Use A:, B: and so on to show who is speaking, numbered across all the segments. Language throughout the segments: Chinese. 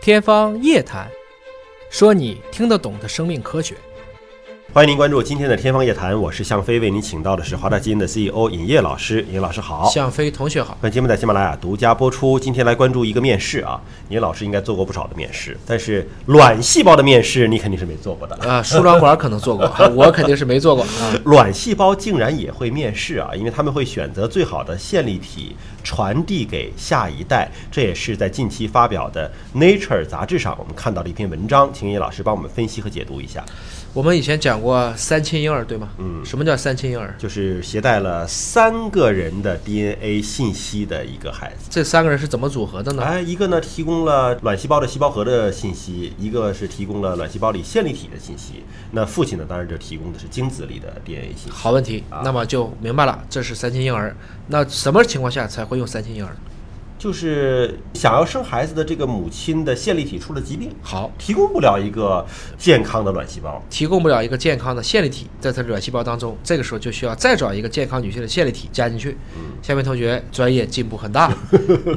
A: 天方夜谭，说你听得懂的生命科学。
B: 欢迎您关注今天的《天方夜谭》，我是向飞，为您请到的是华大基因的 CEO 尹烨老师。尹老师好，
A: 向飞同学好，
B: 本节目在喜马拉雅独家播出。今天来关注一个面试啊，尹老师应该做过不少的面试，但是卵细胞的面试你肯定是没做过的。
A: 啊，输卵管可能做过， 我肯定是没做过啊。
B: 卵细胞竟然也会面试啊，因为他们会选择最好的线粒体传递给下一代，这也是在近期发表的《Nature》杂志上我们看到的一篇文章，请尹老师帮我们分析和解读一下。
A: 我们以前讲过三亲婴儿，对吗？嗯，什么叫三亲婴儿？
B: 就是携带了三个人的 DNA 信息的一个孩子。
A: 这三个人是怎么组合的呢？
B: 哎，一个呢提供了卵细胞的细胞核的信息，一个是提供了卵细胞里线粒体的信息。那父亲呢，当然就提供的是精子里的 DNA 信息。
A: 好问题，
B: 啊
A: 那么就明白了，这是三亲婴儿。那什么情况下才会用三亲婴儿？
B: 就是想要生孩子的这个母亲的线粒体出了疾病，
A: 好，
B: 提供不了一个健康的卵细胞。
A: 提供不了一个健康的线粒体在它的卵细胞当中，这个时候就需要再找一个健康女性的线粒体加进去。
B: 嗯
A: 下面同学专业进步很 大，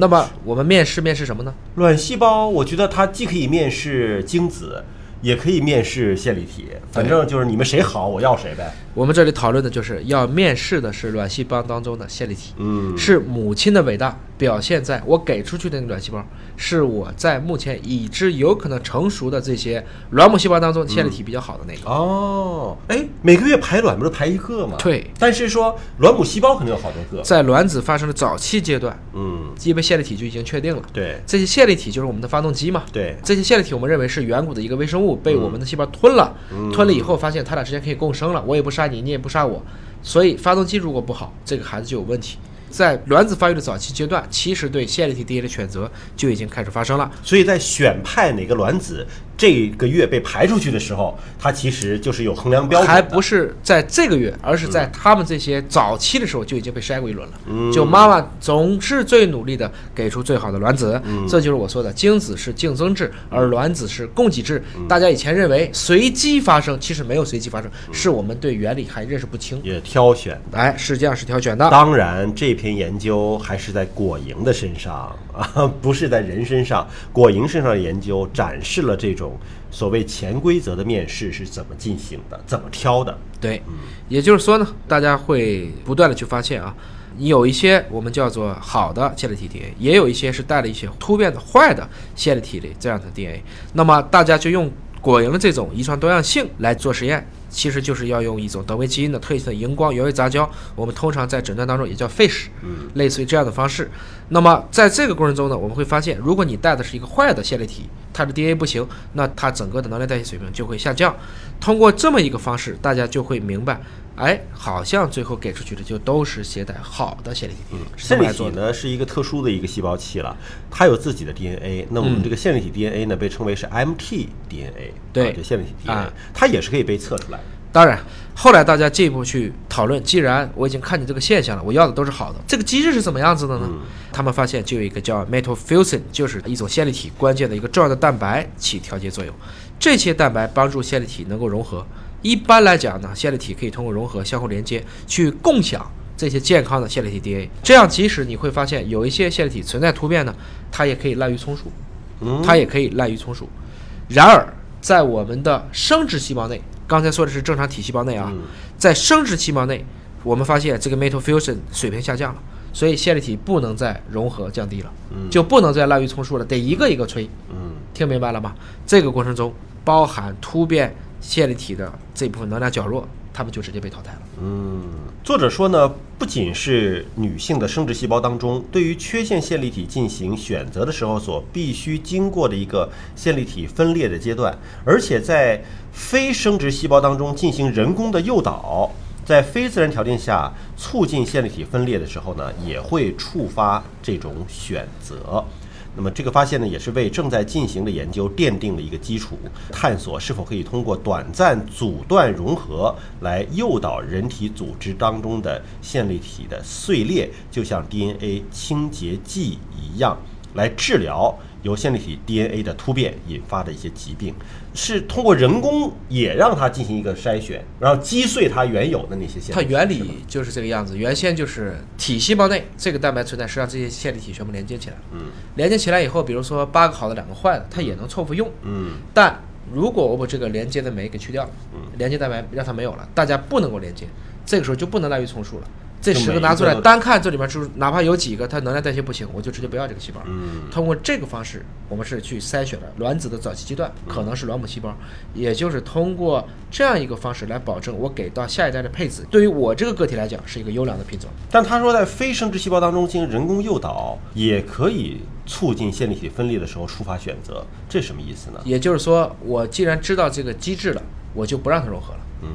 A: 那么我们面试面试什么呢？
B: 卵细胞，我觉得它既可以面试精子，也可以面试线粒体，反正就是你们谁好，我要谁呗。
A: 我们这里讨论的就是要面试的是卵细胞当中的线粒体，
B: 嗯，
A: 是母亲的伟大表现在我给出去的那个卵细胞，是我在目前已知有可能成熟的这些卵母细胞当中线粒体比较好的那个。
B: 哦，哎，每个月排卵不是排一个吗？
A: 对
B: 但是说卵母细胞可能有好多个。
A: 在卵子发生的早期阶段，
B: 嗯，
A: 因为线粒体就已经确定了，
B: 对
A: 这些线粒体就是我们的发动机嘛。
B: 对，
A: 这些线粒体我们认为是远古的一个微生物被我们的细胞吞了，吞了以后发现它俩之间可以共生了，我也不杀你，你也不杀我，所以发动机如果不好，这个孩子就有问题。在卵子发育的早期阶段，其实对线粒体 DNA 的选择就已经开始发生了。
B: 所以在选派哪个卵子这个月被排出去的时候，它其实就是有衡量标准的。嗯
A: 还不是在这个月，而是在他们这些早期的时候就已经被筛过一轮了。就妈妈总是最努力的给出最好的卵子，
B: 嗯
A: 这就是我说的精子是竞争制，而卵子是供给制。
B: 嗯
A: 大家以前认为随机发生，其实没有随机发生，是我们对原理还认识不清。
B: 嗯也挑选。
A: 哎，是这样是挑选的。
B: 当然，这篇研究还是在果蝇的身上 啊，不是在人身上。果蝇身上的研究展示了这种所谓潜规则的面试是怎么进行的，怎么挑的。
A: 对，也就是说呢，大家会不断的去发现啊，你有一些我们叫做好的线粒体 DNA，也有一些是带了一些突变的坏的线粒体的这样的 DNA。那么大家就用果蝇的这种遗传多样性来做实验，其实就是要用一种德维基因的特性的荧光原位杂交，我们通常在诊断当中也叫 FISH，类似于这样的方式。那么在这个过程中呢，我们会发现，如果你带的是一个坏的线粒体，它的 DNA 不行，那它整个的能量代谢水平就会下降。通过这么一个方式，大家就会明白，哎，好像最后给出去的就都是携带好的线粒体 DNA，是这
B: 线
A: 么
B: 粒
A: 来
B: 体
A: 做的。
B: 呢是一个特殊的一个细胞器了，它有自己的 DNA。那我
A: 嗯
B: 们这个线粒体 DNA 呢，被称为是 mtDNA，
A: 对
B: 啊就线粒体 DNA，
A: 啊
B: 它也是可以被测出来的。
A: 当然，后来大家进一步去讨论，既然我已经看见这个现象了，我要的都是好的，这个机制是怎么样子的呢？他们发现就有一个叫 metafusin，就是一种线粒体关键的一个重要的蛋白起调节作用，这些蛋白帮助线粒体能够融合。一般来讲呢，线粒体可以通过融合相互连接去共享。这些健康的线粒体 DNA，这样即使你会发现有一些线粒体存在突变呢，它也可以滥竽充数，
B: 嗯
A: 它也可以滥竽充数。然而，在我们的生殖细胞内，刚才说的是正常体细胞内啊，在生殖细胞内，我们发现这个 metafusion 水平下降了，所以线粒体不能再融合降低了，就不能再滥竽充数了，得一个一个吹。
B: 嗯，
A: 听明白了吗？这个过程中包含突变线粒体的这部分能量角弱，它们就直接被淘汰了。
B: 作者说呢，不仅是女性的生殖细胞当中，对于缺陷线粒体进行选择的时候所必须经过的一个线粒体分裂的阶段，而且在非生殖细胞当中进行人工的诱导，在非自然条件下促进线粒体分裂的时候呢，也会触发这种选择。那么这个发现呢，也是为正在进行的研究奠定了一个基础，探索是否可以通过短暂阻断融合来诱导人体组织当中的线粒体的碎裂，就像 DNA 清洁剂一样，来治疗由线粒体 DNA 的突变引发的一些疾病，是通过人工也让它进行一个筛选，然后击碎它原有的那些线
A: 它
B: 粒体。
A: 原
B: 是吗
A: 理就是这个样子，原先就是体细胞内这个蛋白存在，实际上这些线粒体全部连接起来了。
B: 嗯
A: 连接起来以后，比如说八个好的，两个坏的，它也能凑合用。
B: 嗯
A: 但如果我把这个连接的酶给去掉了，连接蛋白让它没有了，大家不能够连接，这个时候就不能滥竽充数了。这
B: 就
A: 十个
B: 每一
A: 拿出
B: 个
A: 来
B: 都
A: 单看这里面就是哪怕有几个它能量代谢不行，我就直接不要这个细胞。
B: 嗯
A: 通过这个方式，我们是去筛选了卵子的早期阶段，
B: 嗯
A: 可能是卵母细胞，也就是通过这样一个方式来保证我给到下一代的配子，对于我这个个体来讲是一个优良的品种。
B: 但他说，在非生殖细胞当中进行人工诱导，也可以促进线粒体分裂的时候触发选择，这什么意思呢？
A: 也就是说，我既然知道这个机制了，我就不让它融合了。
B: 嗯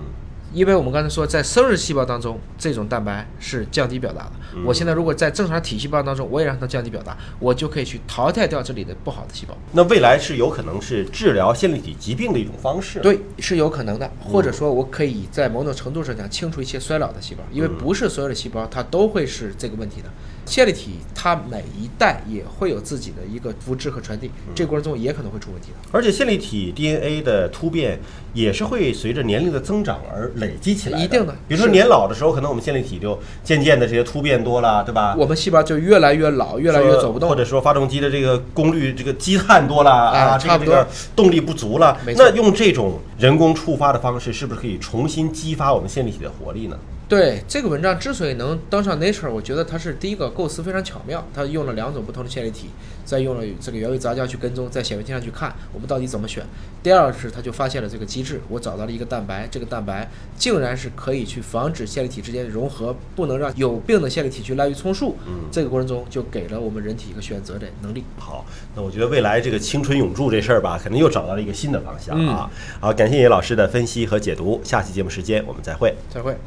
A: 因为我们刚才说，在生日细胞当中，这种蛋白是降低表达的。我现在如果在正常体细胞当中，我也让它降低表达，我就可以去淘汰掉这里的不好的细胞。
B: 那未来是有可能是治疗线粒体疾病的一种方式。，
A: 对，是有可能的，或者说我可以在某种程度上讲清除一些衰老的细胞，因为不是所有的细胞它都会是这个问题的。线粒体它每一代也会有自己的一个复制和传递，这过程中也可能会出问题的。
B: 而且线粒体 DNA 的突变也是会随着年龄的增长而累积起来的。
A: 一定的
B: 比如说
A: 是
B: 年老的时候，可能我们线粒体就渐渐的这些突变多了，对吧？
A: 我们细胞就越来越老，越来越走不动
B: 或
A: 了。
B: 者说发动机的这个功率、这个积碳多了
A: 哎
B: 啊，这
A: 差不
B: 个这
A: 多
B: 个动力不足了。
A: 没错
B: 那用这种人工触发的方式，是不是可以重新激发我们线粒体的活力呢？
A: 对这个文章之所以能登上 Nature，我觉得它是第一个构思非常巧妙，它用了两种不同的线粒体，再用了这个原位杂交去跟踪，在显微镜上去看我们到底怎么选。第二是它就发现了这个机制，我找到了一个蛋白，这个蛋白竟然是可以去防止线粒体之间的融合，不能让有病的线粒体去滥竽充数。
B: 嗯
A: 这个过程中就给了我们人体一个选择的能力。
B: 好，那我觉得未来这个青春永驻这事儿吧，肯定又找到了一
A: 嗯
B: 个新的方向啊。好，感谢叶老师的分析和解读，下期节目时间我们再会。
A: 再会。